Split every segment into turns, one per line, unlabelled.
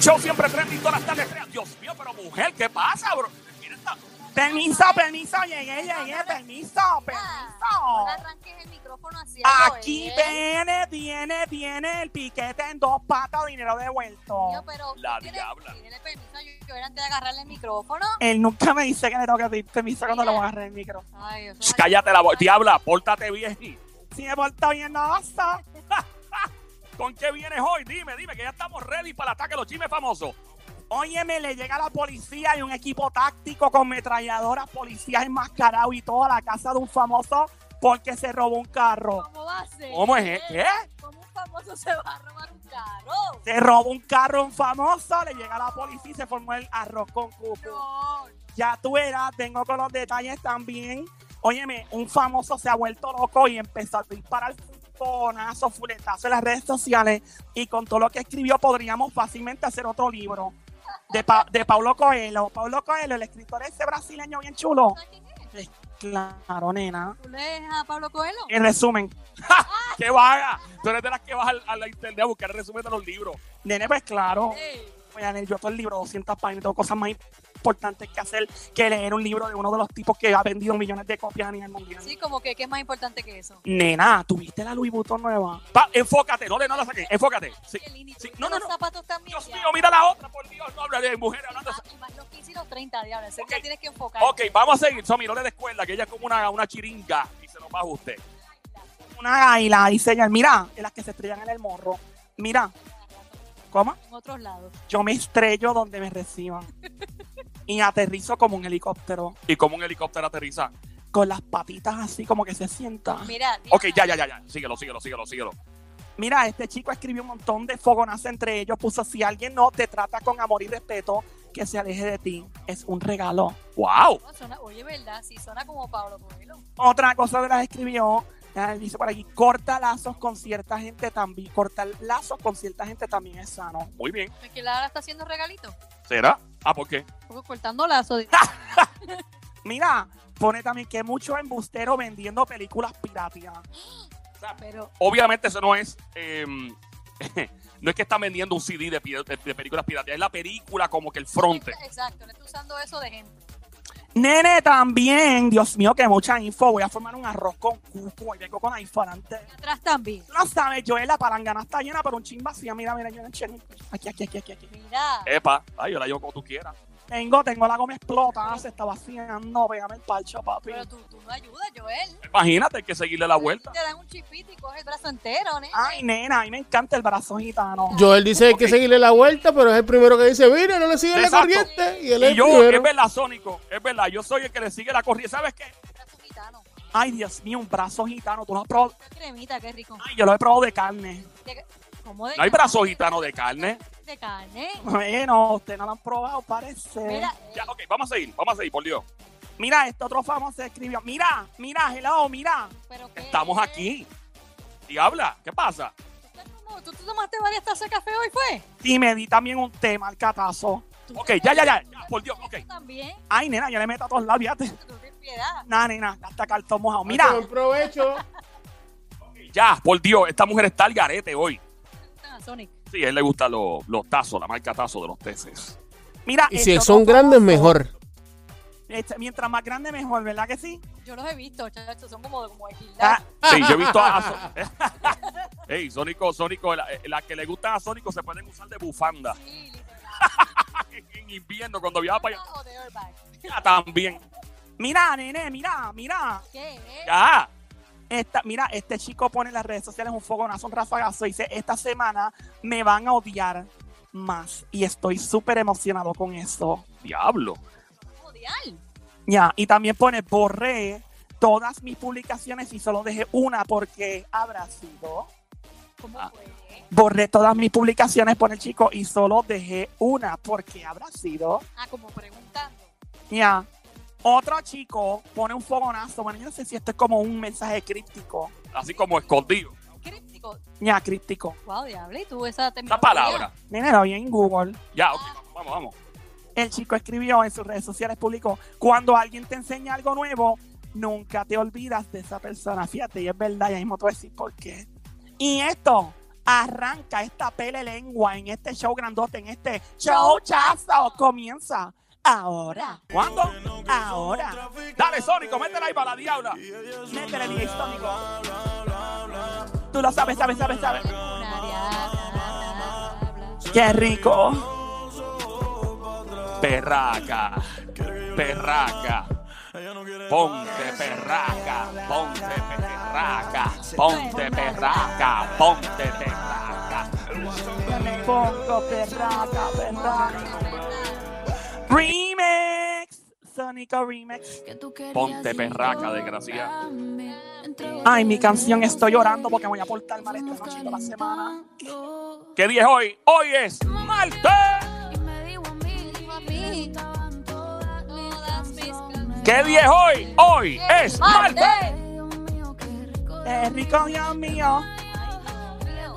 show siempre trending todas las tardes. Trending. Dios mío, pero mujer, ¿qué pasa, bro? Mira esta- Permiso, permiso, llegué, llegué, permiso,
No le
permiso.
arranques el micrófono así. a Joel.
Aquí viene, viene, viene el piquete en dos patas, dinero
Niño,
devuelto.
pero
La
¿tú tienes-
diabla.
¿Tiene permiso a Joel antes de agarrarle el micrófono?
Él nunca me dice que le tengo que pedir permiso cuando le voy a agarrar el micro.
Ay, eso
Sh,
es-
Cállate la voz, diabla, pórtate bien. Si me porto bien, no basta. ¿Con qué vienes hoy? Dime, dime, que ya estamos ready para el ataque de los chismes famosos. Óyeme, le llega la policía y un equipo táctico con metralladoras, policías enmascarados y toda la casa de un famoso porque se robó un carro.
¿Cómo va a ser?
¿Cómo es? ¿Qué?
¿Cómo un famoso se va a robar un carro?
Se robó un carro un famoso, le llega la policía y se formó el arroz con cupo.
No,
Ya tú verás, tengo con los detalles también. Óyeme, un famoso se ha vuelto loco y empezó a disparar fonazos, fuletazos en las redes sociales. Y con todo lo que escribió, podríamos fácilmente hacer otro libro de, Pa- de Paulo Coelho. Paulo Coelho, el escritor ese brasileño bien chulo.
¿sabes quién es?
Claro, nena.
¿Tú lees a Pablo Coelho?
En resumen, ¡qué vaga! Tú eres de las que vas al- a la internet a buscar el resumen de los libros. Nene, pues claro.
Sí.
Oigan, yo todo el libro, 200 páginas, tengo cosas más importantes que hacer que leer un libro de uno de los tipos que ha vendido millones de copias a nivel mundial.
Sí, como que, ¿qué es más importante que eso?
Nena, ¿tuviste la Louis Vuitton nueva? Pa, enfócate, no, no la saques, enfócate. Sí.
Qué lindo. ¿Y tú
sí.
viste
No, no,
Los
no.
zapatos también.
Dios
ya?
mío, mira la otra, por Dios, no habla de mujer
Y
hablando.
más, y más los 15 y los 30, diablo. Eso
Ok.
ya tienes que enfocar.
Ok, vamos a seguir, Somi, no le des cuerda, que ella es como una, una chiringa y se nos va a usted. Una gaila, dice ella, mira, de las que se estrellan en el morro. Mira, ¿cómo?
En otros lados.
Yo me estrello donde me reciban. Y aterrizo como un helicóptero. ¿Y como un helicóptero aterriza? Con las patitas así como que se sienta.
Mira.
Ah, Ok,
Diana,
ya, ya, ya, ya. Síguelo, síguelo, síguelo, síguelo. Mira, este chico escribió un montón de fogonazos entre ellos. Puso, si alguien no te trata con amor y respeto, que se aleje de ti. Es un regalo. ¡Wow!
no, suena- oye, ¿verdad? Sí, suena como Pablo Coelho.
Otra cosa que las escribió, ah, dice por aquí, corta lazos con cierta gente también. Cortar lazos con cierta gente también es sano. Muy bien.
Es que Lara está haciendo regalito.
¿Será? Ah, ¿por qué?
Porque cortando lazos.
Mira, pone también que mucho embustero vendiendo películas piratas.
Pero
Obviamente eso no es...
em,
no es que están vendiendo un CD de, películas piratas, es la película como que el fronte.
Exacto, le estoy usando eso de ejemplo.
Nene, también, Dios mío, que mucha info. Voy a formar un arroz con cuco y vengo con la info adelante.
Y atrás también.
No sabes, yo la palangana está llena, pero un chin vacía. Mira, mira, yo en el chin. Aquí, aquí, aquí, aquí, aquí.
Mira.
Epa, ay, yo la llevo como tú quieras.
Tengo, tengo la goma explota, se está vaciando. Pégame el parcho, papi.
Pero tú, tú no ayudas, Joel.
Imagínate, hay que seguirle la vuelta. Ah.
Te dan un chipito y coges el brazo entero, ¿eh?
Ay, nena, a mí me encanta el brazo gitano.
Joel dice hay que seguirle la vuelta, pero es el primero que dice, mire, no le siguen la
Exacto.
corriente. Y él es
Y
el
yo,
eh,
primero.
es verdad, Sónico, es verdad, yo soy el que le sigue la corriente. ¿Sabes qué?
Brazo gitano.
Ay, Dios mío, un brazo gitano. Tú lo has probado.
Una cremita, qué rico.
Ay, yo lo he probado de carne.
De- ¿Cómo de
No hay
carne?
brazo gitano de carne.
De carne.
Bueno, usted no lo han probado, parece.
Mira, eh,
Ya, ok, vamos a seguir, vamos a seguir, por Dios.
Mira, este otro famoso escribió. Mira, mira, hello, mira.
pero qué-
Estamos aquí. Diabla, ¿qué pasa?
¿Tú estás como- ¿Tú, tú tomaste varias tazas de café hoy, fue?
Y me di también un tema al catazo.
¿Tú
Ok,
te-
ya, ya, ya, ya,
tú
por Dios,
te-
ok.
tú También,
Ay, nena, yo le meto a todos lados, fíjate.
tú tienes piedad.
Nah, nena, hasta cartón mojado.
Hace
Mira,
Buen provecho.
Ya, por Dios, esta mujer está al garete hoy.
Ah, Sonic.
Sí, a él le gustan los, los tazos, la marca tazo de los teces.
mira.
Y
este
si
otro
son grandes,
famoso.
mejor.
Este, mientras más grande, mejor, ¿verdad que sí?
Yo los he visto, chacho, son como, como de
Ah,
Sí,
guinda.
yo he visto a... a Son- Ey, Sónico, Sónico, la- las que le gustan a Sónico se pueden usar de bufanda.
Sí, literal.
Ah, En invierno, cuando viaja para allá.
O de airbag.
Ya, también.
Mira, nene, mira, mira.
¿Qué? eh?
Ya.
Esta, mira, este chico pone en las redes sociales un fogonazo, un rafagazo. y Dice, esta semana me van a odiar más. Y estoy súper emocionado con eso.
Diablo.
Mundial.
Ya, y también pone, borré todas mis publicaciones y solo dejé una porque habrá sido.
¿Cómo
Ah.
fue?
Borré todas mis publicaciones, pone el chico, y solo dejé una porque habrá sido.
Ah, como preguntando.
Ya. Otro chico pone un fogonazo. Bueno, yo no sé si esto es como un mensaje críptico.
Así como escondido.
Críptico.
Ya, críptico.
Wow, diablo, y tú esa
Esa
terminología.
palabra.
Mira, lo vi en Google.
Ya, ok, vamos, vamos.
El chico escribió en sus redes sociales, publicó, cuando alguien te enseña algo nuevo, nunca te olvidas de esa persona. Fíjate, y es verdad, ya mismo te voy a decir por qué. Y esto, Arranca esta pele lengua en este show grandote, en este show chazo. Comienza ahora. ¿Cuándo? Ahora. Dale, Sónico, métela ahí para la diabla. Métele, DJ Sónico. Tú lo sabes, sabes, sabes, sabes.
Una diabla, diabla.
¡Qué rico! Perraca, perraca. Ponte perraca, ponte perraca, ponte perraca, ponte perraca. Me pongo perraca, perraca. Remix, Sónico Remix.
Ponte perraca, desgracia.
Ay, mi canción estoy llorando porque voy a portar mal
para
este
esta
noche
noche
de
la semana.
¿Qué día es hoy? Hoy es martes.
Ah.
¿Qué día es hoy? Hoy es martes. Eh, rico Dios mío.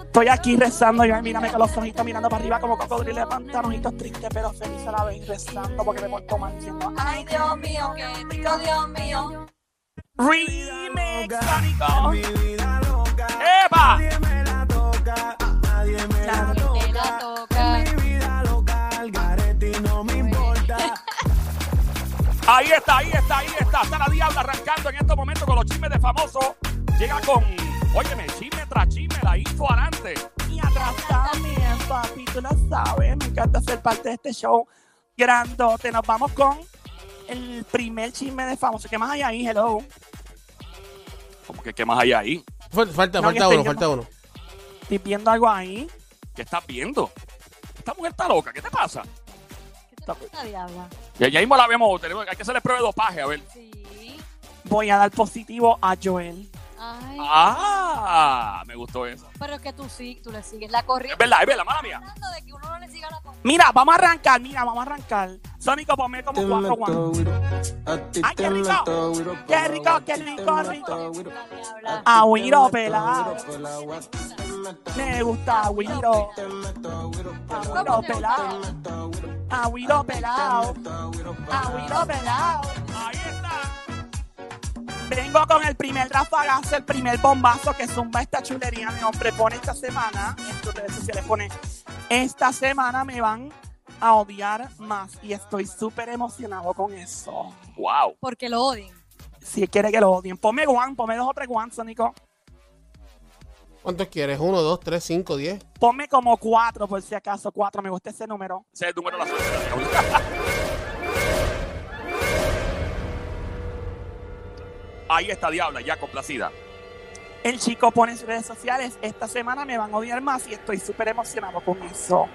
Estoy aquí rezando, yo mírame con los ojitos mirando para arriba como cocodrilo de pantaloncitos tristes pero feliz a la vez rezando porque me porto mal siendo
Ay, Dios mío, qué rico, Dios mío.
Remix, Sónico. ¡Epa!
Nadie me la toca. Pues,
Ahí está, ahí está, ahí está. Está la diabla arrancando en estos momentos con los chismes de famoso. Llega con, óyeme, chisme tras chisme, la info adelante. Y atrás también, papi, tú lo sabes. Me encanta ser parte de este show grandote. Nos vamos con el primer chisme de famoso. ¿Qué más hay ahí? Hello.
Como que, ¿qué más hay ahí?
Fal- Falta,
No,
falta
que
uno,
estoy
falta uno.
¿Estoy viendo algo ahí?
¿Qué estás viendo? Esta mujer está loca, ¿qué te pasa?
¿Qué te pasa, diabla?
Ya, ya mismo la vemos, tenemos- hay que hacerle prueba de dopaje, a ver.
Sí.
Voy a dar positivo a Joel.
Ay,
¡Ah! Me gustó eso.
pero es que tú sí, tú le sigues la
Es
corriente.
verdad, es verdad, mala mía.
Hablando de que uno no le siga la corriente.
Mira, vamos a arrancar, mira, vamos a arrancar. Sónico, ponme como 4-1.
¡Ay, qué rico! ¡Qué rico, qué rico,
pues,
rico!
La diabla.
Ah, Agüiro Ah, pelado. Me gusta agüiro. Agüiro pelado. Agüiro pelado. Agüiro pelado. Ahí está. Vengo con el primer rafagazo, el primer bombazo que zumba esta chulería. Mi hombre pone esta semana. En sus redes sociales pone. Esta semana me van a odiar más. Y estoy súper emocionado con eso.
¡Wow!
Porque lo odien.
Si quiere que lo odien, ponme guan, ponme dos o tres guan, Sónico.
¿Cuántos quieres? ¿Uno, dos, tres, cinco, diez?
Ponme como cuatro, por si acaso, cuatro. Me gusta ese número.
Ese es el número de la suerte. Ahí está Diabla, ya complacida.
El chico pone en sus redes sociales, esta semana me van a odiar más y estoy súper emocionado con eso.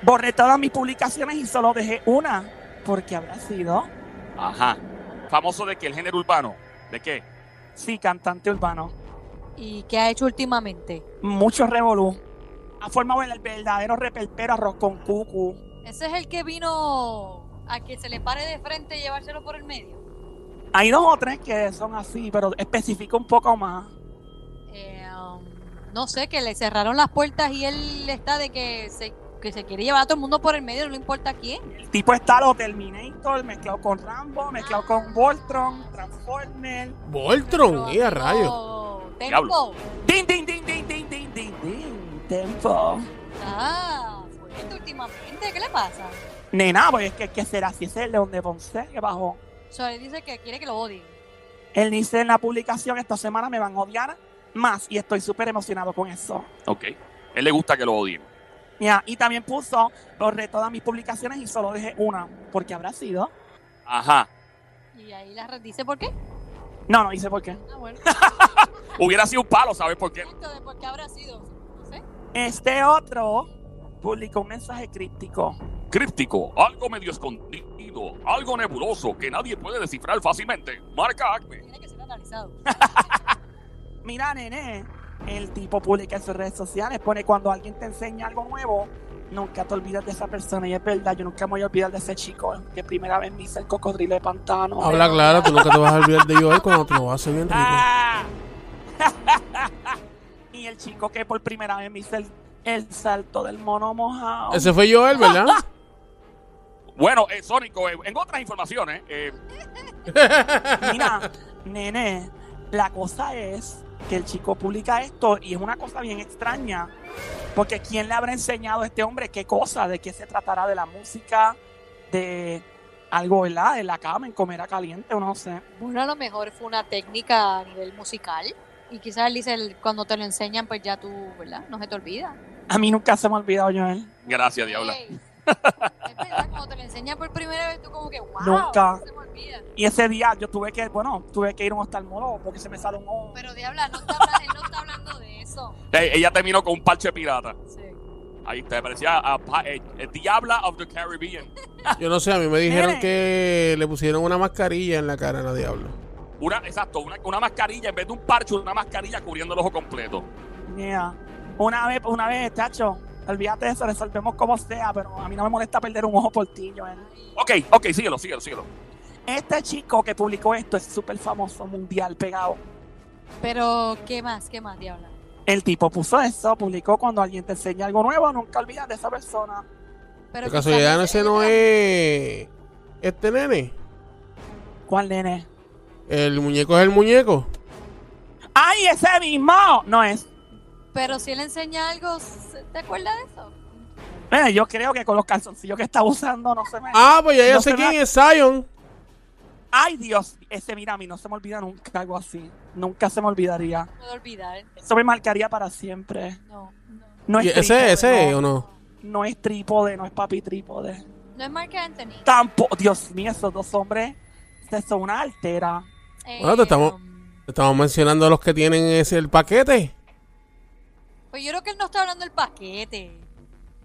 Borré todas mis publicaciones y solo dejé una, porque habrá sido,
Ajá. Famoso de que el género urbano. ¿De qué?
sí, cantante urbano.
¿Y qué ha hecho últimamente?
Mucho revolú. Ha formado el verdadero reperpero arroz con cucu.
Ese es el que vino a que se le pare de frente y llevárselo por el medio.
Hay dos o tres que son así, pero especifica un poco más.
Eh, um, no sé, que le cerraron las puertas y él está de que se, que se quiere llevar a todo el mundo por el medio, no le importa quién.
El tipo está lo Terminator, mezclado con Rambo, mezclado con Voltron, Transformer.
Voltron, y
Pero,
a rayos.
tipo,
Diablo.
Tempo.
Din, din, din, din, din, din, din, din. Tempo.
Ah, fuerte últimamente, ¿qué le pasa?
Nena, pues es que, que será si es el León de Ponce que bajó.
O sea, él dice que quiere que lo odien.
Él dice en la publicación, esta semana me van a odiar más y estoy súper emocionado con eso.
Ok. Él le gusta que lo odien.
Ya, Y también puso, borré todas mis publicaciones y solo dejé una, porque habrá sido.
Ajá.
Y ahí la red dice por qué.
No, no dice por qué.
Ah, bueno,
Hubiera sido un palo, ¿sabes por qué?
esto de por qué habrá sido. No sé.
Este otro publicó un mensaje críptico.
Críptico, algo medio escondido, algo nebuloso que nadie puede descifrar fácilmente. Marca Acme.
Tiene que ser analizado.
Mira, nene, el tipo publica en sus redes sociales, pone cuando alguien te enseña algo nuevo, nunca te olvidas de esa persona. Y es verdad, yo nunca me voy a olvidar de ese chico que primera vez me hizo el cocodrilo de pantano.
Habla claro, tú nunca te vas a olvidar de Joel cuando te lo hace bien rico.
Ah. y el chico que por primera vez me hizo el, el salto del mono mojado.
Ese fue Joel, ¿verdad?
Bueno, eh, Sónico, eh, en otras informaciones, eh,
Mira, nene, la cosa es que el chico publica esto y es una cosa bien extraña, porque ¿quién le habrá enseñado a este hombre qué cosa, de qué se tratará de la música, de algo, ¿verdad? De la cama, en comer a caliente, o no sé.
Bueno, a lo mejor fue una técnica a nivel musical. Y quizás él dice, el- cuando te lo enseñan, pues ya tú, ¿verdad? No se te olvida.
A mí nunca se me ha olvidado, Joel.
Gracias, diabla.
Ey, es verdad, cuando te lo enseñan por primera vez, tú como que, wow,
Nunca.
no se me olvida.
Y ese día yo tuve que, bueno, tuve que ir a un oftalmólogo porque se me salió un ojo.
Pero Diabla, no está habla- él no está hablando de eso.
Ey, Eh, ella terminó con un parche pirata.
Sí.
Ahí te parecía a, pa- eh, eh, Diabla of the Caribbean.
Yo no sé, a mí me dijeron
Nene.
que le pusieron una mascarilla en la cara a la diabla.
Una, exacto, una, una mascarilla, en vez de un parche, una mascarilla cubriendo el ojo completo.
Yeah. Una vez, pues, una vez, tacho, olvídate de eso, resolvemos como sea, pero a mí no me molesta perder un ojo por ti, Joel.
Ok, ok, síguelo, síguelo, síguelo.
Este chico que publicó esto es súper famoso mundial, pegado.
Pero, ¿qué más? ¿Qué más, Diabla?
El tipo puso eso, publicó cuando alguien te enseña algo nuevo, nunca olvides de esa persona.
Pero
De casualidad,
quizás
ese no
ella-
es. Este nene.
¿Cuál nene?
El muñeco es el muñeco.
¡Ay, ese mismo! No es.
Pero si él enseña algo, ¿se- ¿te acuerdas de eso?
Eh, yo creo que con los calzoncillos que está usando no se me.
Ah, pues ya yo
No
sé
se
quién
me-
es Zion.
¡Ay, Dios! Ese, mira, a mí no se me olvida nunca algo así. Nunca se me olvidaría.
No de olvidar.
Eso me marcaría para siempre.
No, no.
No es
Y
trípode,
¿Ese, ese
no,
o no?
no es trípode, no es papi trípode.
No es Mark Anthony.
Tampoco, Dios mío, esos dos hombres se son una altera.
Eh,
Bueno, te estamos-
um,
Estamos mencionando a los que tienen ese el paquete.
Pues yo creo que él no está hablando del paquete.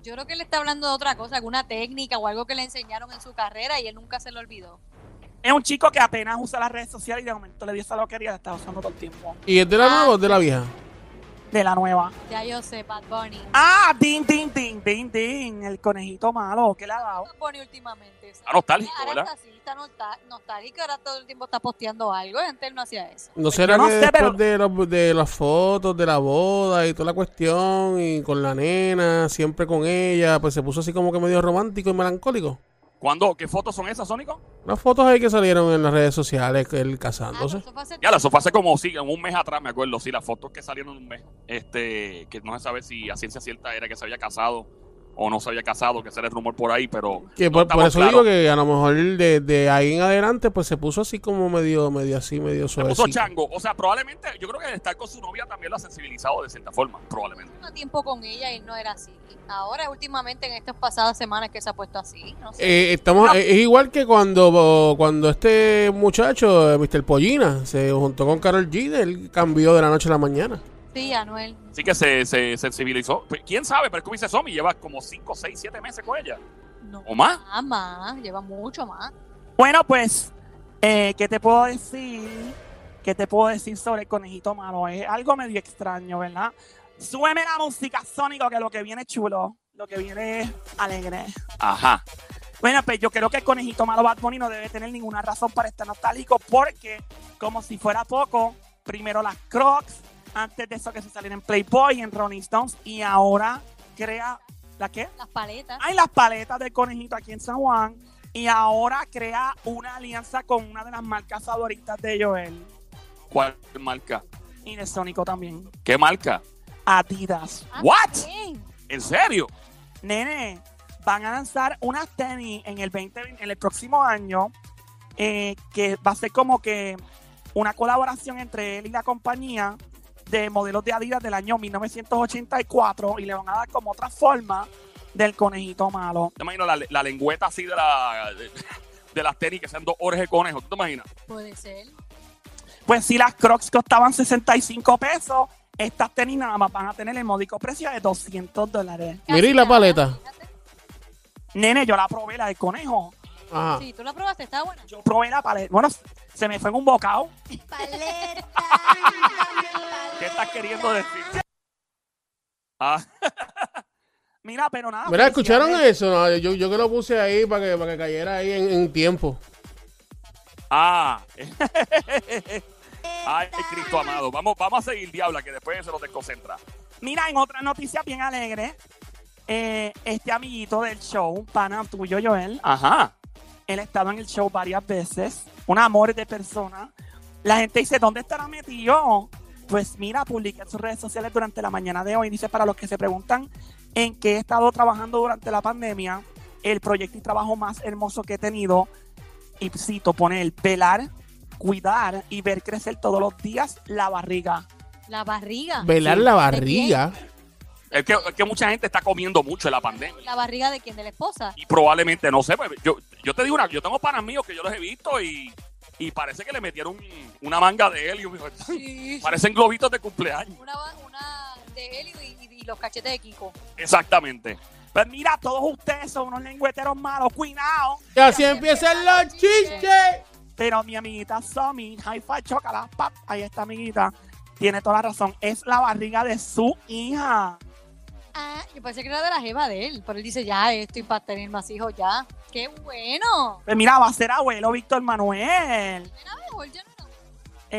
Yo creo que él está hablando de otra cosa, alguna técnica o algo que le enseñaron en su carrera y él nunca se lo olvidó.
Es un chico que apenas usa las redes sociales y de momento le dio esa loquería, la está usando todo el tiempo.
¿Y es de la
Ah.
nueva o es de la vieja?
De la nueva.
Ya yo sé, Bad Bunny.
Ah, din, din, din, din, din. El conejito malo, ¿qué le ha dado?
Bad Bunny últimamente. o sea,
Está Ah, nostálgico,
ahora
¿verdad?
está así, está nostal- nostálgico, ahora todo el tiempo está posteando algo y antes él no hacía eso.
¿No será
no
que
sé,
después
pero-
de, los- de las fotos, de la boda y toda la cuestión, y con la nena, siempre con ella, pues se puso así como que medio romántico y melancólico?
¿Cuándo? ¿Qué fotos son esas, Sónico?
Las fotos ahí que salieron en las redes sociales, que él
Ah, pero
casándose.
eso fue hace
Ya, eso
tiempo.
fue hace como sí, un mes atrás, me acuerdo, sí, las fotos que salieron un mes, este, que no se sabe si a ciencia cierta era que se había casado o no se había casado, que ese era el rumor por ahí, pero
Que pues,
no
por, por
estamos
eso
claros.
digo que a lo mejor de, de ahí en adelante, pues se puso así como medio, medio así, medio
puso
suavecito.
chango. O sea, probablemente, yo creo que el estar con su novia también lo ha sensibilizado de cierta forma, probablemente.
Hace tiempo con ella y él no era así. Ahora, últimamente, en estas pasadas semanas que se ha puesto así, no sé.
Eh, estamos, eh, es igual que cuando, cuando este muchacho, eh, Mr. Pollina, se juntó con Carol G, él cambió de la noche a la mañana.
Sí, Anuel.
Así que se, se sensibilizó. Pues, ¿Quién sabe? Pero es como dice Somi, lleva como 5, 6, 7 meses con ella.
No.
¿O más?
Ah, más, lleva mucho más.
Bueno, pues, eh, ¿qué te puedo decir? ¿Qué te puedo decir sobre el conejito malo? Es algo medio extraño, ¿verdad? Súbeme la música, Sónico, que lo que viene es chulo. Lo que viene es alegre.
Ajá.
Bueno, pues yo creo que el conejito malo Bad Bunny no debe tener ninguna razón para estar nostálgico porque, como si fuera poco, primero las Crocs, antes de eso que se salen en Playboy, en Rolling Stones, y ahora crea la qué?
Las paletas.
Hay las paletas del conejito aquí en San Juan y ahora crea una alianza con una de las marcas favoritas de Joel
¿Cuál marca?
y de Sónico también,
¿Qué marca?
Adidas.
Ah,
What?
bien.
¿En serio?
Nene, van a lanzar unas tenis en el 20, en el próximo año eh, que va a ser como que una colaboración entre él y la compañía de modelos de Adidas del año 1984 y le van a dar como otra forma del conejito malo.
Te imagino la, la lengüeta así de, la, de, de las tenis que sean dos orejas de conejo. ¿Tú te imaginas?
Puede ser.
Pues si las Crocs costaban 65 pesos, estas tenis nada más van a tener el módico precio de 200 dólares.
Mira, ¿y la
Casi nada,
paleta?
fíjate.
Nene, yo la probé, la del conejo.
Ah.
Ajá.
Sí, tú la probaste, está buena.
Yo probé la paleta. Bueno, se me fue en un bocado.
Paleta.
¿Qué estás queriendo decir? Ah,
Mira, pero nada.
Mira, ¿escucharon
Ah, felicidades.
eso? No, yo, yo que lo puse ahí para que, para que cayera ahí en, en tiempo.
ah. Ay, Cristo amado. Vamos, vamos a seguir, Diabla, que después se nos desconcentra.
Mira, en otra noticia bien alegre, eh, este amiguito del show, un pana tuyo, Joel,
Ajá.
él ha estado en el show varias veces, un amor de persona. La gente dice, ¿dónde estará metido? Pues mira, publiqué en sus redes sociales durante la mañana de hoy. Dice, para los que se preguntan en qué he estado trabajando durante la pandemia, el proyecto y trabajo más hermoso que he tenido, y cito, pone el pelar, cuidar y ver crecer todos los días la barriga.
La barriga.
Velar
Ah. Sí.
la
¿De
barriga.
Es que, es que mucha gente está comiendo mucho en la
quién?
pandemia.
La barriga de quién? De la esposa.
Y probablemente, no sé, pues, yo, yo te digo una, yo tengo panas míos que yo los he visto y, y parece que le metieron una manga de helio.
Sí.
Parecen globitos de cumpleaños.
Una, ba- una de él y, y- y los cachetes de Kiko.
Exactamente.
Pues mira, todos ustedes son unos lengüeteros malos, cuidado.
Y así empiezan los chistes.
Pero mi amiguita Somi, high five, chócala, pap, ahí está amiguita. Tiene toda la razón, es la barriga de su hija.
Ah, yo pensé que era de la jeva de él, pero él dice, ya, estoy para tener más hijos, ya. ¡Qué bueno!
Pues mira, va a ser abuelo Víctor Manuel.
Mejor ya no era-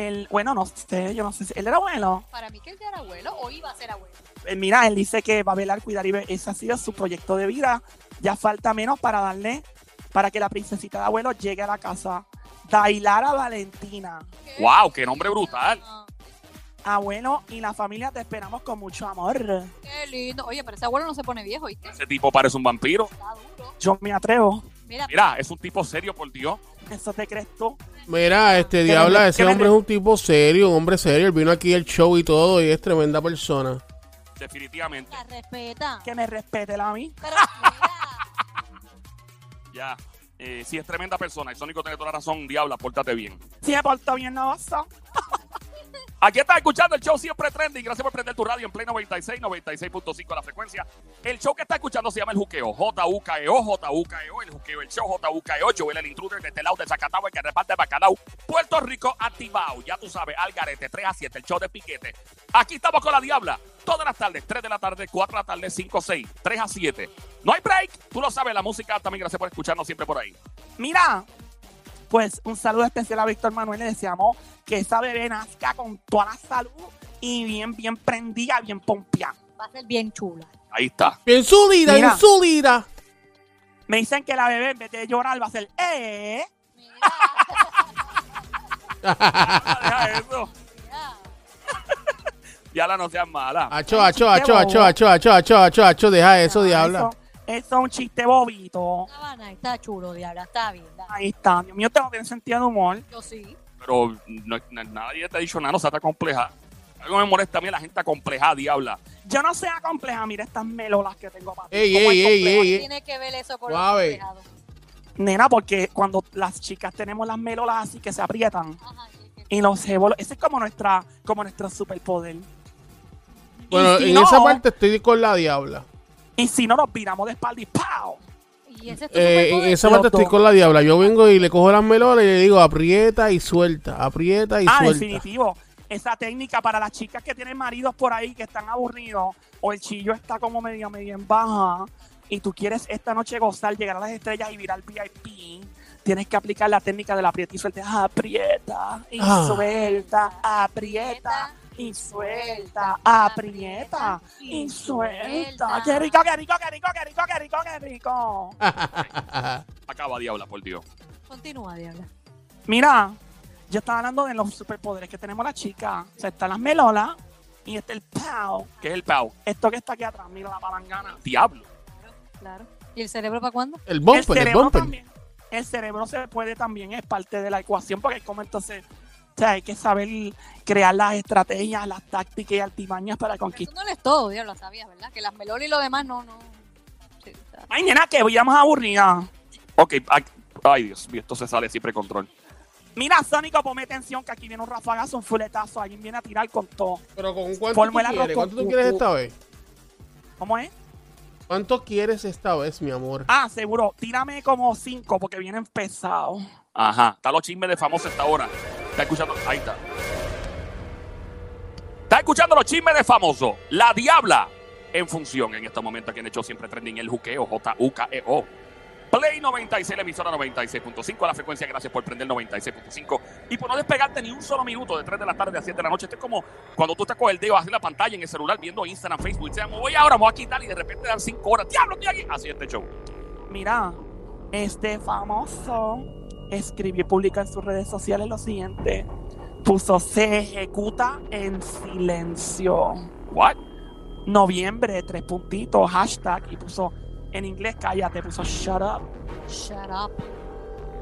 El, bueno, no sé, yo no sé si él era abuelo.
Para mí que él ya era abuelo o iba a ser abuelo.
Eh, mira, él dice que va a velar, cuidar y ver. Ese ha sido su proyecto de vida. Ya falta menos para darle, para que la princesita de abuelo llegue a la casa. Dailara Valentina.
¡Qué
¡Wow! ¡Qué nombre
lindo!
brutal!
Abuelo y la familia te esperamos con mucho amor.
¡Qué lindo! Oye, pero ese abuelo no se pone viejo, ¿viste?
Ese tipo parece un vampiro.
Está duro.
Yo me atrevo.
Mira,
Mira, es un tipo serio, por Dios.
Eso te crees tú.
Mira, este
me-
diabla,
que
ese
me-
hombre es un tipo serio, un hombre serio. Él vino aquí al show y todo y es tremenda persona.
Definitivamente.
la respeta.
Que me respete la mí.
Pero mira,
Ya. Eh, sí, es tremenda persona. Y Sónico tiene toda la razón. Diabla, pórtate bien.
Si me porto bien, no oso.
Aquí estás escuchando el show Siempre Trending. Gracias por prender tu radio en Play 96, 96.5 la frecuencia. El show que está escuchando se llama El Juqueo. J-U-K-E-O, J-U-K-E-O, E El Juqueo, El Show, J-U-K-E-O. E Joel, el intruder de este lado de Zacatau, el que reparte bacalao. Puerto Rico, activado. Ya tú sabes, Algarete, 3 a 7, el show de piquete. Aquí estamos con la diabla. Todas las tardes, 3 de la tarde, 4 de la tarde, 5, 6, 3 a 7. No hay break. Tú lo sabes, la música también. Gracias por escucharnos siempre por ahí.
Mira, pues un saludo especial a Víctor Manuel. Le deseamos que esa bebé nazca con toda la salud y bien, bien prendida, bien pompeada.
va a ser bien chula.
Ahí está.
Bien sólida, bien
Mira.
sólida.
Me dicen que la bebé en vez de llorar va a ser ¡eh!
Mira,
Deja eso.
mira.
Diabla, no seas mala.
Acho, acho, acho, acho, acho, acho, acho, acho, acho. Deja eso, diabla.
Eso, eso es un chiste bobito.
Está bana, está chulo, diabla, está bien. da.
Ahí está. Dios mío, tengo que tener sentido de humor.
Yo sí.
pero no, na- nadie te ha dicho nada, o sea, está compleja. Algo me molesta a mí la gente compleja, diabla.
Yo no sea compleja, mira estas melolas que tengo para ti.
Ey,
¿Cómo es
ey, ey,
compleja?
ey, ey.
Tiene que ver eso con
Suave.
los reflejados.
Nena, porque cuando las chicas tenemos las melolas así que se aprietan
Ajá, que- que-
y los ébolos, ese es como nuestra, como nuestro superpoder.
Bueno,
y si
en
no,
esa parte estoy con la diabla.
Y si no nos viramos de espalda y ¡pau!
Y ese es tu
Eh, en
superpoder.
esa parte
los dos.
estoy con la diabla. Yo vengo y le cojo las melolas y le digo aprieta y suelta, aprieta y
Ah,
suelta.
definitivo. Esa técnica para las chicas que tienen maridos por ahí que están aburridos o el chillo está como medio, medio en baja y tú quieres esta noche gozar, llegar a las estrellas y virar VIP, tienes que aplicar la técnica del aprieta y suelta. Aprieta y
Ah.
suelta, aprieta y suelta, aprieta y suelta. ¡Qué rico, qué rico, qué rico, qué rico, qué rico, qué rico!
Acaba, diabla, por Dios.
Continúa, diabla.
Mira, yo estaba hablando de los superpoderes que tenemos las chicas. O sea, están las melolas y está el pao.
¿Qué es el pao?
Esto que está aquí atrás, mira la palangana.
Diablo.
Claro. ¿Y el cerebro para cuándo?
El bumper, el, bumper.
también. El cerebro se puede también, es parte de la ecuación, porque como entonces, o sea, hay que saber crear las estrategias, las tácticas y altimañas para
Pero
conquistar.
tú no lees todo, diabla, sabías, ¿verdad? Que las melolas y lo demás no, no. Sí, está-
Ay, nena, que voy a más aburrida.
Ok, ay, ay, Dios mío, esto se sale siempre de control.
Mira, Sónico, ponme tensión que aquí viene un rafagazo, un fuletazo. Alguien viene a tirar con todo.
Pero con cuánto tú
Fórmula con-
quieres, cuánto tú
con-
quieres
con-
esta vez.
¿Cómo es?
¿Cuánto quieres esta vez, mi amor?
Ah, seguro. Tírame como cinco porque vienen pesados.
Ajá, está los chismes de famosos esta hora. Está escuchando, ahí está. Está escuchando los chismes de famoso. La diabla en función en estos momentos aquí han hecho siempre trending el juqueo, J-U-K-E-O. E Play 96, la emisora 96.5, la frecuencia, gracias por prender 96.5 y por no despegarte ni un solo minuto de 3 de la tarde a 7 de la noche. Esto es como cuando tú te coges el dedo hacia la pantalla en el celular viendo Instagram, Facebook, y te me voy ahora, me voy a quitar y de repente dan 5 horas. ¡Diablo, estoy aquí! Así es este show.
Mira, este famoso escribió y publicó en sus redes sociales lo siguiente. puso se ejecuta en silencio.
What?
Noviembre, tres puntitos, hashtag, y puso en inglés cállate, puso shut up.
Shut up.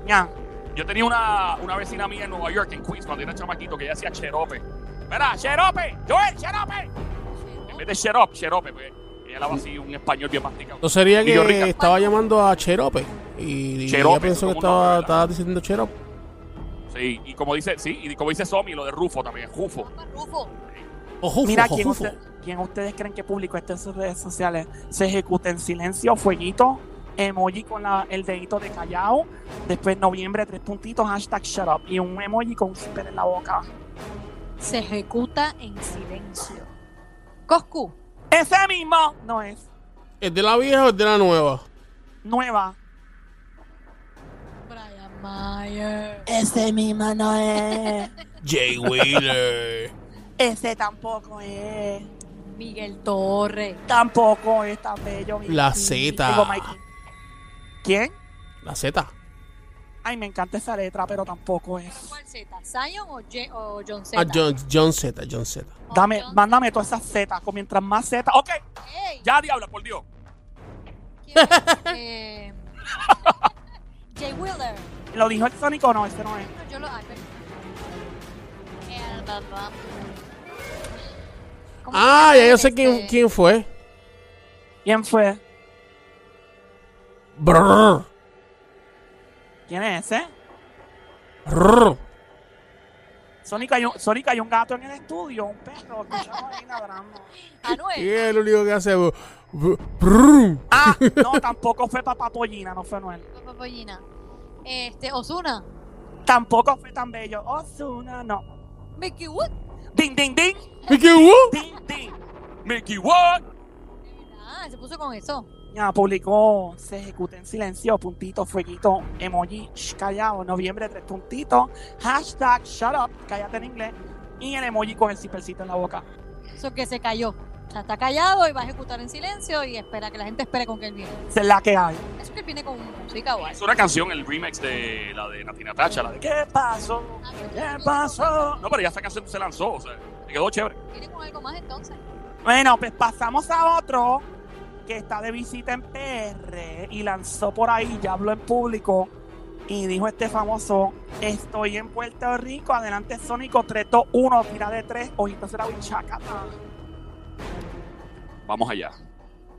Ya.
Yo tenía una, una vecina mía en Nueva York, en Queens, cuando era chamaquito, que ella hacía cherope. Mira, cherope, Joel, cherope. En vez de cherop, cherope, pues ella hablaba así un español bien masticado.
No sería que
Y yo, Rica.
estaba llamando a Cherope. Y, y
Cherope,
ella pensó que
¿cómo no?
estaba, estaba diciendo Cherope.
Sí, y como dice, sí, y como dice Somi, lo de Rufo también, Rufo.
Rufo.
O Jufo,
Mira,
o
¿quién,
Jufo.
usted- quién ustedes creen que publicó esto en sus redes sociales? Se ejecuta en silencio, fueguito, emoji con la- el dedito de callao, después noviembre, tres puntitos, hashtag shut up, y un emoji con un zipper en la boca.
Se ejecuta en silencio. Coscu.
¡Ese mismo! No es.
¿Es de la vieja o es de la nueva?
Nueva.
Brian Mayer.
Eh.
Ese mismo no es.
Jay Wheeler.
Ese tampoco es.
Miguel Torres.
Tampoco es tan bello. mi
La
Mikey.
Zeta.
Digo, Mikey. ¿Quién?
la Z.
Ay, me encanta esa letra, pero tampoco es.
¿Cuál Z? ¿Zion o, Ye- o John Z?
Ah, John, John Z, John Z.
O
Dame,
John-
mándame todas esas zetas, con mientras más zetas. Ok,
Ey,
Ya, diabla, por Dios.
¿quién es? Eh, Jay Wheeler.
lo dijo el Sónico, no, ese no es.
No, Yo lo. ay, pero- Eh, ba, ba. ¿Cómo
Ah,
se
ya
llama
yo sé
este?
quién, quién fue.
¿Quién fue?
Brrr,
¿Quién es ese?
brrr.
Sónico, hay un, Sónico, hay un gato en el estudio, un perro, escuchamos ahí ladrando.
Y
Anuel.
es el único que hace. bu- bu- brrr.
Ah, no, tampoco fue Papá Pollina, no fue Noel.
Papá Pollina. Este, Osuna.
Tampoco fue tan bello. Ozuna, no.
Mickey Wood.
Ding, ding, ding,
¿Y qué hubo?
ding, ding.
Mickey, what?
Ah, se puso con eso.
Ya publicó, se ejecuta en silencio, puntito, fueguito, emoji, sh, callado, noviembre, tres puntitos, hashtag, shut up, cállate en inglés, y el emoji con el cipercito en la boca.
Eso que se cayó. O sea, está callado y va a ejecutar en silencio y espera que la gente espere con que él viene.
Esa es la que hay.
Eso que él viene con música o
Ah, Es
algo.
una canción, el remix de la de Natina Tacha, la de...
¿Qué pasó?
Ah,
¿Qué pasó?
No, pero ya esa canción se lanzó, o sea, se quedó chévere.
¿Viene con algo más entonces?
Bueno, pues pasamos a otro que está de visita en PR y lanzó por ahí, ya habló en público y dijo este famoso, estoy en Puerto Rico, adelante Sónico 3-2-1, tira de 3, ojito será un chacata.
Vamos allá.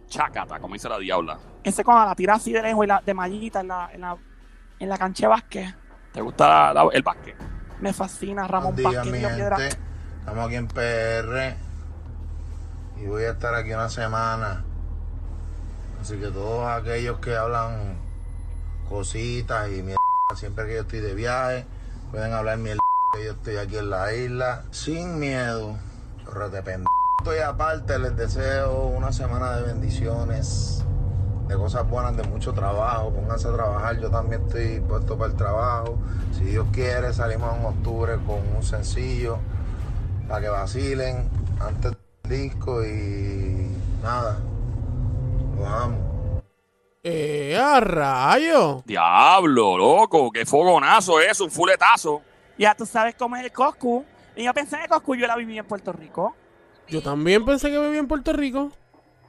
Chacata, como dice la diabla.
Ese cuando la tira así de lejos y la, de mallita en la, en la, en la cancha de básquet,
¿Te gusta la- el básquet?
me fascina
Buenos
Ramón
días,
Vázquez,
mi
Dios piedra.
gente. Estamos aquí en PR y voy a estar aquí una semana. Así que todos aquellos que hablan cositas y mierda, siempre que yo estoy de viaje, pueden hablar mierda que yo estoy aquí en la isla sin miedo. Chorrate pendejo. Estoy aparte, les deseo una semana de bendiciones, de cosas buenas, de mucho trabajo. Pónganse a trabajar, yo también estoy puesto para el trabajo. Si Dios quiere, salimos en octubre con un sencillo para que vacilen antes del disco y nada. Los amo.
Eh, a rayo.
Diablo, loco, qué fogonazo es, un fuletazo.
Ya tú sabes cómo es el Coscu. Y yo pensé en el Coscu, yo la viví en Puerto Rico.
Yo también pensé que vivía en Puerto Rico.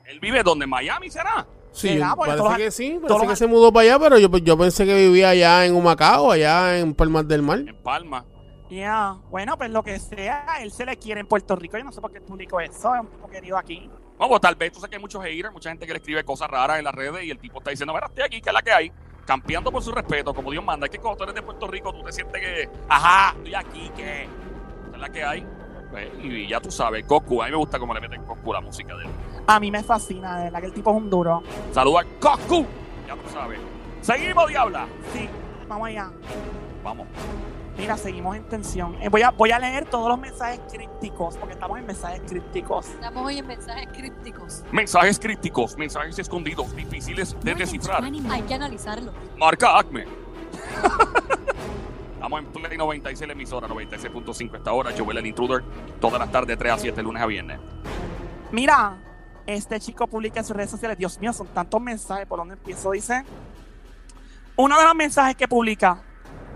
Él vive donde en Miami será.
Sí,
¿Será? Porque pues, todos
parece
los-
que sí,
todos
parece
los-
que se mudó para allá, pero yo, yo pensé que vivía allá en Humacao, allá en Palmas del Mar.
En Palma.
Ya, bueno, pues lo que sea, él se le quiere en Puerto Rico. Yo no sé por qué publicó eso, es un poco querido aquí.
Vamos, tal vez tú sabes que hay muchos haters, mucha gente que le escribe cosas raras en las redes y el tipo está diciendo, mira, estoy aquí, que es la que hay. Campeando por su respeto, como Dios manda. Es que cuando tú eres de Puerto Rico, tú te sientes que, ajá, estoy aquí, que es la que hay. Pues, y ya tú sabes, Coscu, a mí me gusta cómo le meten Coscu la música de él.
A mí me fascina, de verdad que el tipo es un duro.
Saluda a Coscu, ya tú sabes. Seguimos, Diabla.
Sí, vamos allá.
Vamos.
Mira, seguimos en tensión. Eh, voy, a, voy a leer todos los mensajes crípticos, porque estamos en mensajes crípticos.
Estamos hoy en mensajes crípticos.
Mensajes crípticos, mensajes escondidos, difíciles de descifrar.
Hay que analizarlo.
Marca Acme. Estamos en Play 96, la emisora 96.5 esta hora. Joel el Intruder, todas las tardes, 3 a 7, lunes a viernes.
Mira, este chico publica en sus redes sociales. Dios mío, son tantos mensajes. ¿Por dónde empiezo? Dice: Uno de los mensajes que publica.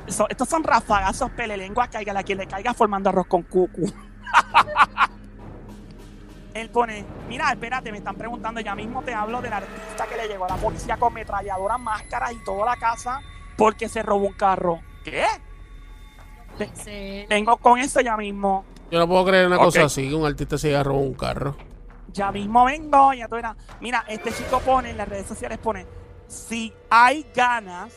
so- estos son rafagazos pelelenguas, caiga a quien le caiga formando arroz con cucu. Él pone, mira, espérate, me están preguntando, ya mismo te hablo del artista que le llegó a la policía con metralladora, máscaras y toda la casa porque se robó un carro. ¿Qué?
puede ser.
Vengo con eso ya mismo.
Yo no puedo creer una
Ok.
cosa así, que un artista se haya robado un carro.
Ya mismo vengo, ya tú verás. Mira, este chico pone en las redes sociales, pone, si hay ganas,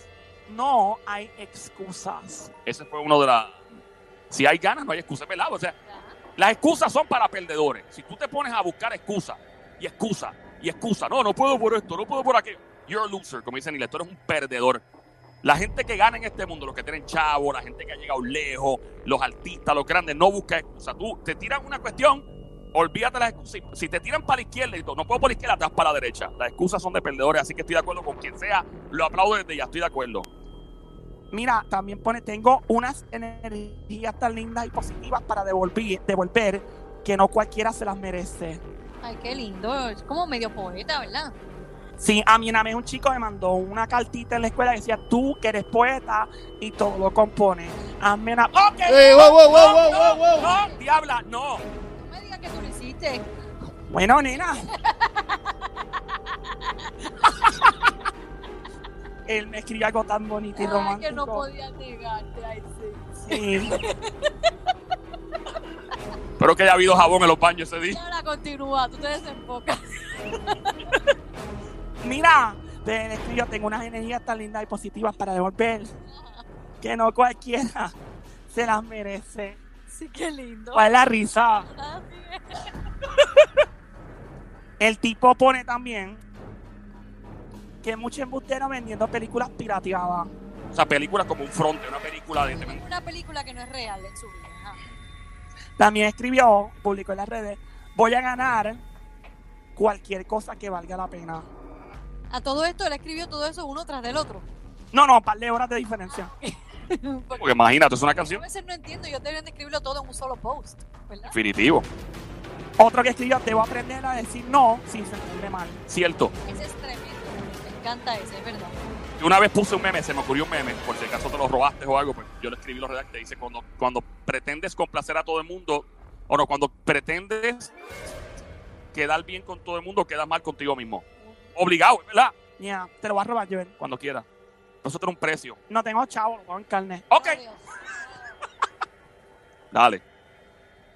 no hay excusas.
Ese fue uno de las. Si hay ganas, no hay excusa, ¿verdad? O sea, las excusas son para perdedores. Si tú te pones a buscar excusas y excusas y excusas, no, no puedo por esto, no puedo por aquello. You're a loser, como dicen en inglés, tú eres un perdedor. La gente que gana en este mundo, los que tienen chavo, la gente que ha llegado lejos, los artistas, los grandes, no busca excusas. Tú te tiran una cuestión, olvídate las excusas. Si, si te tiran para la izquierda y todo, no puedo por la izquierda, te das para la derecha. Las excusas son de perdedores, así que estoy de acuerdo con quien sea. Lo aplaudo desde ya, estoy de acuerdo.
Mira, también pone, tengo unas energías tan lindas y positivas para devolver, devolver que no cualquiera se las merece.
Ay, qué lindo. Es como medio poeta, ¿verdad?
Sí, a mí una vez un chico me mandó una cartita en la escuela que decía, tú que eres poeta y todo lo compone. Hazme una... ¡Ok!
¡Ey, Eh, wow, wow, wow, wow, wow, wow!
¡No, diabla, no!
No me digas que tú lo hiciste.
Bueno, nena. Él me escribió algo tan bonito y
Ay,
romántico.
que no podía negarte. Ay, sí.
Sí.
Espero que haya habido jabón en los baños ese día.
Y ahora continúa, tú te desenfocas.
Mira, te- le escribió, tengo unas energías tan lindas y positivas para devolver que no cualquiera se las merece.
Sí, qué lindo.
¿Cuál es la risa?
Así es.
El tipo pone también que muchos embusteros vendiendo películas pirateadas.
O sea, películas como un fronte, una película de
Es una película que no es real en su vida. ajá.
También escribió, publicó en las redes, voy a ganar cualquier cosa que valga la pena.
A todo esto, él escribió todo eso uno tras del otro.
No, no, un par de horas de diferencia.
Porque
Porque imagínate, es una
yo a
canción.
veces no entiendo, yo deberían describirlo todo en un solo post, ¿verdad?
Definitivo.
Otro que escribió, debo aprender a decir no sin sentirme mal.
Cierto.
Ese es tremendo, me encanta ese, es verdad.
Yo una vez puse un meme, se me ocurrió un meme, por si acaso te lo robaste o algo, pues yo lo escribí, lo redacté. Dice, cuando, cuando pretendes complacer a todo el mundo, o no, cuando pretendes quedar bien con todo el mundo, quedas mal contigo mismo. Obligado, ¿verdad?
Ya, te lo voy a robar, Joel.
Cuando quieras. Nosotros un precio.
No tengo chavo, lo pongo en carne.
Ok,
Dios.
dale.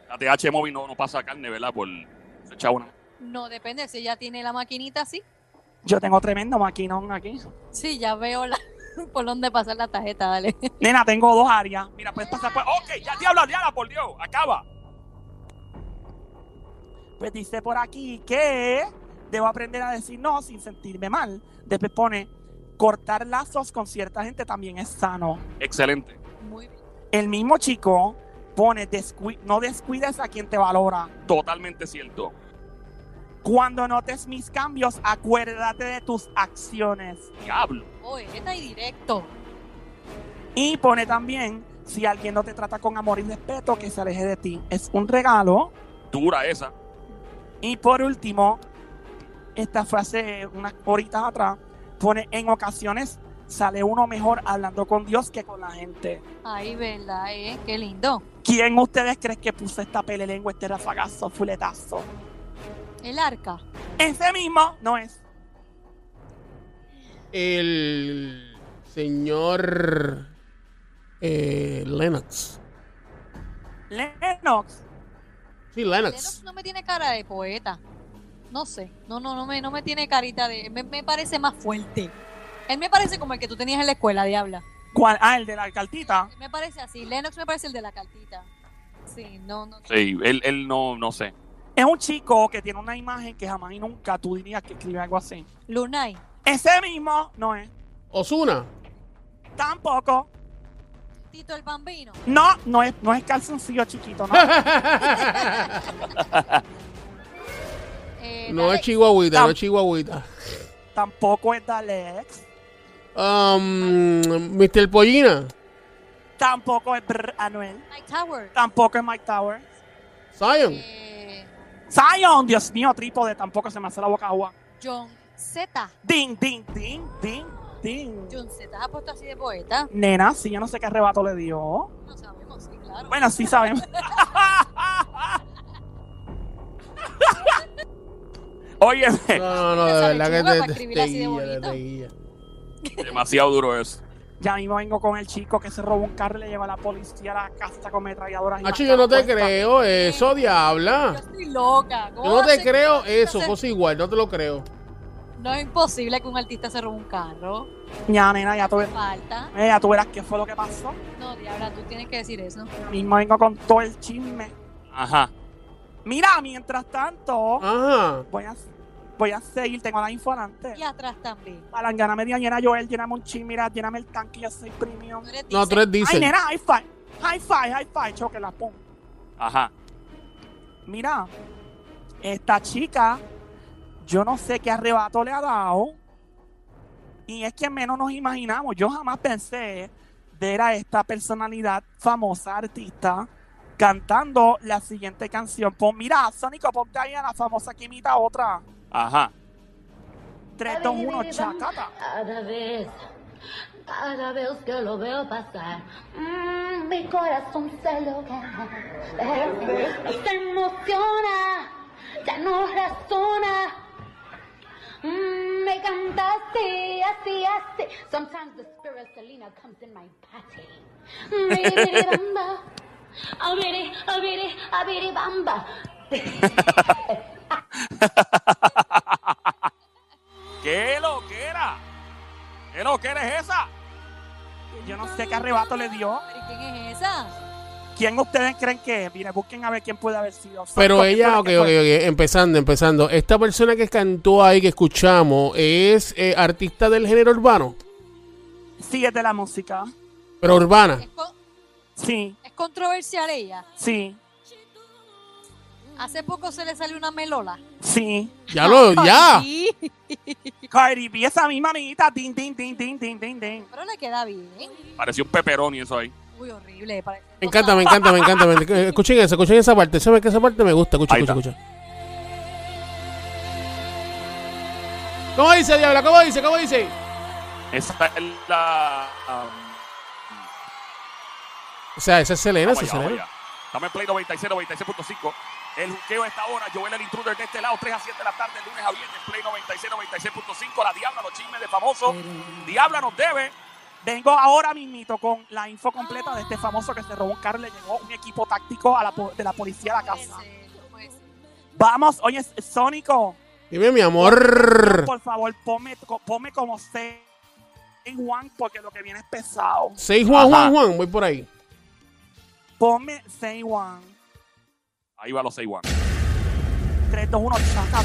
La TH móvil no, no pasa carne, ¿verdad? Por el chavo. no.
No, depende, si ya tiene la maquinita, sí.
Yo tengo tremendo maquinón aquí.
Sí, ya veo la, por dónde pasar la tarjeta, dale.
Nena, tengo dos áreas.
Mira, puedes pasar pues. Ok, ya diabla, diabla, por Dios. Acaba.
Pues dice por aquí que debo aprender a decir no sin sentirme mal. Después pone, cortar lazos con cierta gente también es sano.
Excelente.
Muy bien.
El mismo chico pone, "Descu- no descuides a quien te valora.
Totalmente cierto.
Cuando notes mis cambios, acuérdate de tus acciones.
Diablo.
Poeta y directo.
Y pone también, si alguien no te trata con amor y respeto, que se aleje de ti. Es un regalo.
Dura esa.
Y por último, esta fue hace unas horitas atrás, pone, en ocasiones sale uno mejor hablando con Dios que con la gente.
Ay, ¿verdad? Eh? Qué lindo.
¿Quién ustedes creen que puso esta pelelengua, este rafagazo, fuletazo?
El arca.
Ese mismo no es.
El señor eh, Lennox.
Lennox.
Sí,
Lennox
Lennox.
no me tiene cara de poeta. No sé. No, no, no me, no me tiene carita de. Me, me parece más fuerte. Él me parece como el que tú tenías en la escuela, diabla.
¿Cuál? Ah, el de la cartita.
Me parece así. Lennox me parece el de la cartita. Sí, no, no.
Sí, él, él no, no sé.
Es un chico que tiene una imagen que jamás y nunca tú dirías que escribe algo así.
Lunay.
Ese mismo no es.
Osuna.
Tampoco.
Tito el Bambino.
No, no es, no es calzoncillo chiquito, no.
Eh,
no
dale.
es chihuahuita, no es chihuahuita.
Tampoco es Dalex.
Um, Mr. Pollina.
Tampoco es Brr Anuel.
Mike Tower.
Tampoco es Mike Tower.
Zion.
Eh,
Zion, Dios mío, trípode, tampoco se me hace la boca agua.
John Z.
Ding, ding, ding, ding. Justin.
Junce, ¿te has puesto así de poeta?
Nena, sí, yo no sé qué arrebato le dio.
No sabemos, sí, claro.
Bueno, sí sabemos. Oye,
No, no, no,
Esa
de verdad
lechuga para
que te, te,
escribir así de
guía, te-
bonito.
te guía.
Demasiado duro es.
ya mismo vengo con el chico que se robó un carro y le lleva a la policía a la casa con metralladoras. y
Hacho,
las
yo no te
caras puestas.
creo
eh.
eso,
Yo
diabla.
estoy loca. ¿Cómo
Yo no
va a
te
ser-
creo
cómo va a
eso,
ser-
cosa igual, no te lo creo.
No es imposible que un artista se robe un carro.
Ya, nena, ya tú, ve-
Falta.
eh, ya tú verás qué fue lo que pasó.
No, diabla, tú tienes que decir eso.
Ya mismo vengo con todo el chisme.
Ajá.
Mira, mientras tanto,
Ah. Ajá.
voy a, voy a seguir. Tengo la info adelante.
Y atrás también.
Palangana me dio, llena Joel, lléname un chin, mira, lléname el tanque, yo soy premium.
No, eres dice-
No, tú eres
Ay,
diésel.
nena, high five, high five, high five, choque la pon.
Ajá.
Mira, esta chica, yo no sé qué arrebato le ha dado. Y es que menos nos imaginamos. Yo jamás pensé ver a esta personalidad famosa, artista, cantando la siguiente canción. Pon, mira, Sónico, ponte ahí a la famosa que imita a otra.
Ajá.
3, 2, 1, chacata.
Cada vez, cada vez que lo veo pasar, mm, mi corazón se lo gana. Se emociona, ya no razona. Mm, me canta así, así, así. Sometimes the spirit of Selena comes in my body. Abiri bamba, Oh, abiri, abiri, abiri oh, bamba.
¿Qué loquera? ¿Qué loquera es esa?
Yo no sé qué arrebato le dio.
¿Pero ¿y quién es esa?
¿Quién ustedes creen que es? Mire, busquen a ver quién puede haber sido.
Pero
¿Quién
ella, ok,
puede
ok,
que fue?
ok, empezando, empezando. Esta persona que cantó ahí, que escuchamos, es eh, artista del género urbano,
Sí, es de la música.
pero urbana.
Es, con-
Sí,
es controversial ella.
sí,
Hace poco se le salió una melola.
sí.
Ya lo, ya.
Sí.
Cardi B, esa misma amiguita. Din, din, din, din, din, din, din.
Pero le queda bien.
Pareció un peperoni eso ahí.
Uy, horrible. parece
Me encanta, me encanta, me encanta. me encanta. Escuchen eso, escuchen esa parte. ¿Saben que esa parte me gusta? Escuchen,
Ahí
escuchen, escuchen. ¿Cómo dice, Diabla? ¿Cómo dice? ¿Cómo dice?
Esa es la. ah,
O sea, esa es Selena, esa
vamos
es
allá,
Selena.
vamos allá. Estamos en Play 96, 96.5. El juqueo está ahora. Joel el intruder de este lado, 3 a 7 de la tarde, lunes a viernes, Play 96, 96.5. La Diabla, los chismes de famoso. Diabla nos debe.
Vengo ahora mismito con la info completa de este famoso que se robó un carro y le llegó un equipo táctico a la po- de la policía a la
Puede
casa.
ser, puede ser.
Vamos, oye, Sónico,
Dime, mi amor.
por favor, ponme, co- ponme como C Juan porque lo que viene es pesado.
6 Juan,
Ajá.
Juan, Juan. Voy por ahí.
Ponme C Juan.
Ahí va los 6 1
3, 2, 1, chacaba.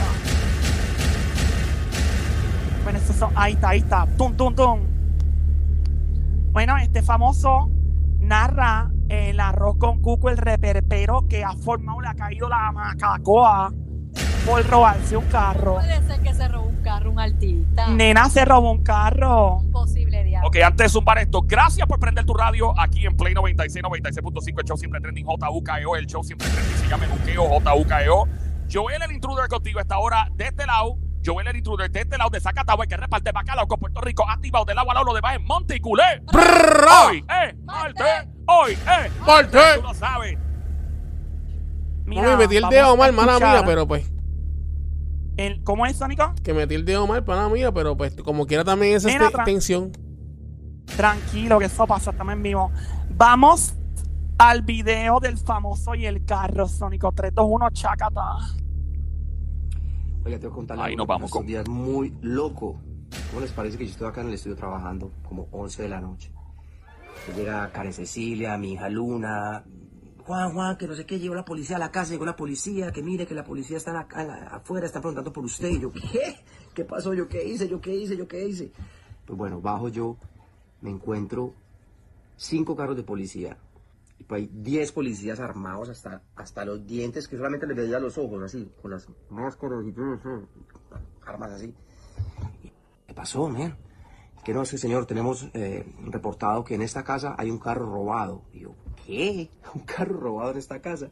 Bueno, eso son- ahí está, ahí está. Tum, tum, tum. Bueno, este famoso narra el arroz con cuco, el reperpero que ha formado, le ha caído la macacoa por robarse un carro.
Puede ser que se robó un carro, un artista.
Nena se robó un carro.
Imposible, diablo.
Ok, antes de zumbar esto, gracias por prender tu radio aquí en Play 96, 96.5, el show siempre trending, JUKEO, E el show siempre trending, se llama el Juqueo, JUKEO. E Joel el intruder contigo a esta hora, de este lado, Joel el intruder de este lado de Zacatagua, que reparte bacalao con Puerto Rico, activado del agua al lo demás en Monte y Culé. Hoy
Prrra.
es martes, hoy es,
Parte.
tú lo sabes.
No me metí el
vamos
dedo
a
mal, mala
escuchar
mía, pero pues.
el- ¿Cómo es, Sónico?
Que metí el dedo mal, pana mía, pero pues como quiera también esa
Mira,
este-
Fran.
tensión.
Tranquilo, que eso pasa, estamos en vivo. Vamos al video del famoso y el carro, Sónico 321 Chacata.
Oiga, tengo que contarles
Ahí
algo
nos
que
vamos
pasó
con-
un día muy loco. ¿Cómo les parece que yo estoy acá en el estudio trabajando como 11 de la noche? Que Llega Karen Cecilia, mi hija Luna, Juan, Juan, que no sé qué, llegó la policía a la casa, llegó la policía, que mire que la policía está acá en la- afuera, están preguntando por usted. Y yo, ¿qué? ¿Qué pasó? ¿Yo qué hice? ¿Yo qué hice? ¿Yo qué hice? Pues bueno, bajo yo, me encuentro cinco carros de policía. Y pues hay 10 policías armados hasta, hasta los dientes, que solamente les veía los ojos, así, con las máscaras y todo eso, armas así. ¿Qué pasó, man? Que no, es que señor, tenemos eh, reportado que en esta casa hay un carro robado. Y yo, ¿qué? ¿Un carro robado en esta casa?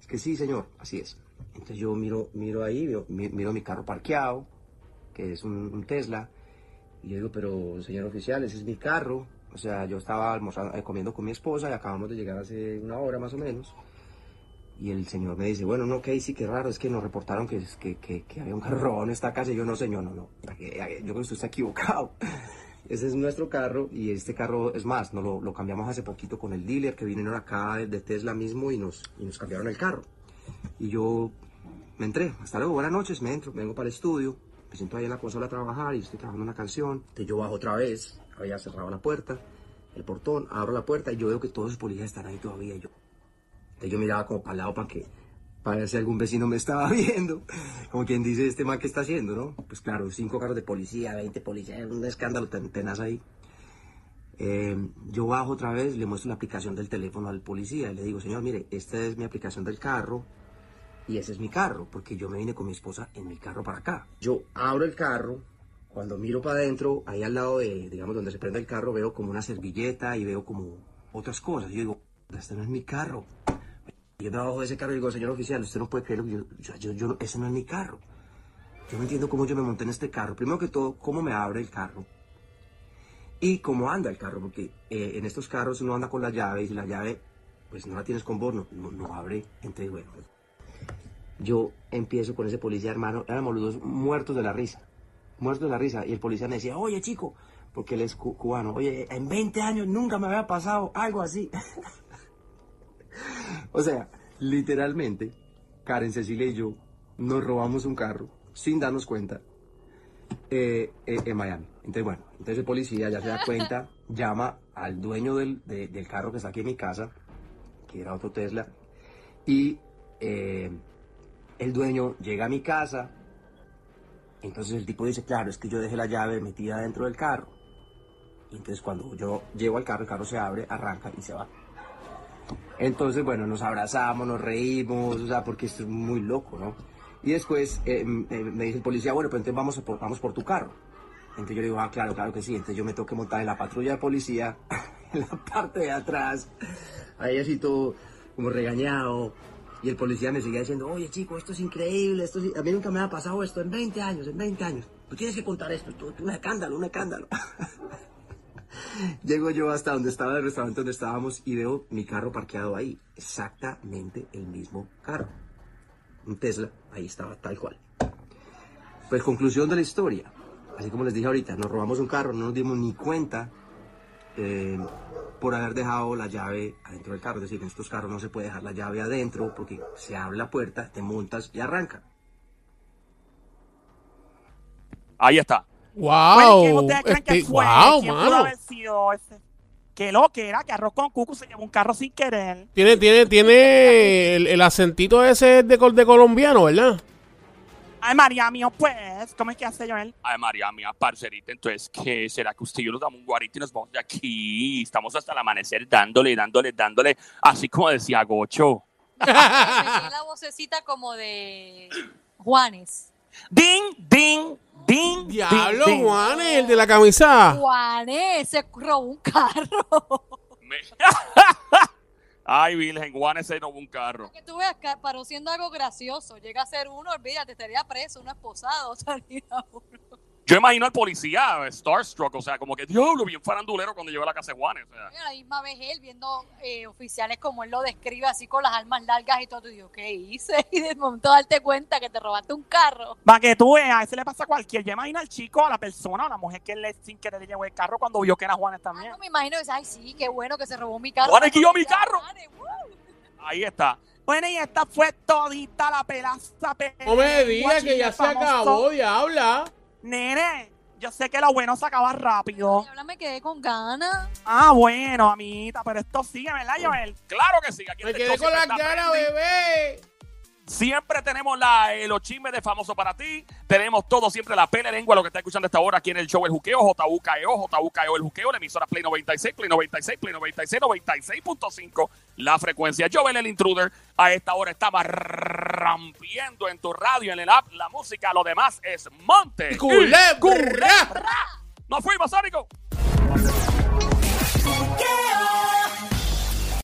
Es que sí, señor, así es. Entonces yo miro, miro ahí, veo- mi- miro, mi carro parqueado, que es un, un Tesla. Y yo digo, pero señor oficial, ese es mi carro. O sea, yo estaba almorzando, eh, comiendo con mi esposa y acabamos de llegar hace una hora más o menos. Y el señor me dice, bueno, no, que sí, qué raro, es que nos reportaron que, que, que, que había un carro robado en esta casa. Y yo, no, señor, no, no, eh, eh, yo creo que usted está equivocado. Ese es nuestro carro y este carro, es más, no lo, lo cambiamos hace poquito con el dealer que vinieron acá de, de Tesla mismo y nos, y nos cambiaron el carro. Y yo me entré, hasta luego, buenas noches, me entro, vengo para el estudio, me siento ahí en la consola a trabajar y estoy trabajando una canción. Entonces yo bajo otra vez, había cerrado la puerta, el portón, abro la puerta y yo veo que todos los policías están ahí todavía. Y yo, entonces yo miraba como para el lado para que, para ver si algún vecino me estaba viendo, como quien dice, este man que está haciendo, ¿no? Pues claro, cinco carros de policía, 20 policías, era un escándalo ten- tenaz ahí. Eh, yo bajo otra vez, le muestro la aplicación del teléfono al policía y le digo, señor, mire, esta es mi aplicación del carro, y ese es mi carro, porque yo me vine con mi esposa en mi carro para acá. Yo abro el carro, cuando miro para adentro, ahí al lado de, digamos, donde se prende el carro, veo como una servilleta y veo como otras cosas. Yo digo, este no es mi carro. Yo me bajo de ese carro y digo, señor oficial, usted no puede creer lo que yo, yo, yo- yo no- ese no es mi carro. Yo no entiendo cómo yo me monté en este carro. Primero que todo, cómo me abre el carro. Y cómo anda el carro, porque eh, en estos carros uno anda con la llave y si la llave, pues no la tienes con vos, no, no, no abre. Entonces, bueno, yo empiezo con ese policía, hermano, éramos los dos muertos de la risa, muertos de la risa, y el policía me decía, oye chico, porque él es cu- cubano, oye, en 20 años nunca me había pasado algo así. o sea, literalmente, Karen, Cecilia y yo nos robamos un carro sin darnos cuenta eh, eh, en Miami. Entonces, bueno, entonces el policía ya se da cuenta, llama al dueño del, de- del carro que está aquí en mi casa, que era otro Tesla, y... eh, el dueño llega a mi casa. Entonces el tipo dice, claro, es que yo dejé la llave metida dentro del carro. Y entonces cuando yo llego al carro, el carro se abre, arranca y se va. Entonces, bueno, nos abrazamos, nos reímos, o sea, porque esto es muy loco, ¿no? Y después eh, m- eh, me dice el policía, bueno, pues entonces vamos, a por, vamos por tu carro. Entonces yo le digo, ah, claro, claro que sí. Entonces yo me tengo que montar en la patrulla de policía, en la parte de atrás, ahí así todo como regañado. Y el policía me seguía diciendo, oye, chico, esto es increíble, esto es- a mí nunca me ha pasado esto en 20 años, en 20 años. Tú tienes que contar esto, esto es un escándalo, un escándalo. Llego yo hasta donde estaba el restaurante donde estábamos y veo mi carro parqueado ahí. Exactamente el mismo carro. Un Tesla, ahí estaba tal cual. Pues conclusión de la historia. Así como les dije ahorita, nos robamos un carro, no nos dimos ni cuenta eh, por haber dejado la llave adentro del carro. Es decir, en estos carros no se puede dejar la llave adentro porque se abre la puerta, te montas y arranca.
Ahí está.
Bueno, ¿y quién
¡Wow!
ustedes creen que
Este-
fue?
¡Wow,
¿Quién pudo
mano!
haber sido ese? Que lo que era, que arroz con cucu se llevó un carro sin querer.
Tiene, tiene, tiene el, el acentito ese de, col- de colombiano, ¿verdad?
Ay, María mío, pues, ¿cómo es que hace Joel?
Ay, María mía, parcerita, entonces, ¿qué? ¿Será que usted y yo nos damos un guarito y nos vamos de aquí? Estamos hasta el amanecer dándole, dándole, dándole, así como decía Gocho.
Tenía la vocecita como de Juanes.
Ding, ding, ding.
Diablo,
ding, ding.
Juan, el de la camisa.
Juanes se robó un carro.
Me- Ay, Virgen, Juanes se robó un carro.
que tú veas que paró siendo algo gracioso. Llega a ser uno, olvídate, estaría preso, uno esposado, salía uno.
Yo imagino al policía, eh, Starstruck, o sea, como que diablo, bien farandulero cuando llegó a la casa de Juanes. o sea.
Y a la misma vez él viendo eh, oficiales como él lo describe, así con las armas largas y todo. Tú digo, ¿qué hice? Y de momento darte cuenta que te robaste un carro.
Para que tú veas, a ese le pasa a cualquier. Yo imagino al chico, a la persona, a la mujer que le, sin querer le llevó el carro cuando vio que era Juanes
Ah,
también.
no, me imagino, dice, ay, sí, qué bueno que se robó mi carro.
Juanes guió mi carro.
Juanes, ¡uh!
Ahí está.
Bueno, y esta fue todita la pelaza. pelengua,
No me digas que ya
chisme
se
famoso.
acabó, diabla.
Nene, yo sé que lo bueno se acaba rápido.
Y ahora me quedé con ganas.
Ah, bueno, amiguita, pero esto sigue, ¿verdad,
Pues,
Joel?
Claro que sí. Aquí
Me
este
quedé
show
con las
siempre está
ganas,
trending.
bebé.
Siempre tenemos la, eh, los chismes de famoso para ti. Tenemos todo, siempre la pena lengua, lo que está escuchando hasta ahora aquí en el show El Juqueo, JUKEO, JUKEO E El Juqueo, la emisora Play 96, Play 96, Play 96, 96.5, la frecuencia. Yo el intruder. A esta hora estaba rampiendo en tu radio, en el app, la música, lo demás es monte.
Culebra.
¡Nos fuimos, Sónico!
Juqueo.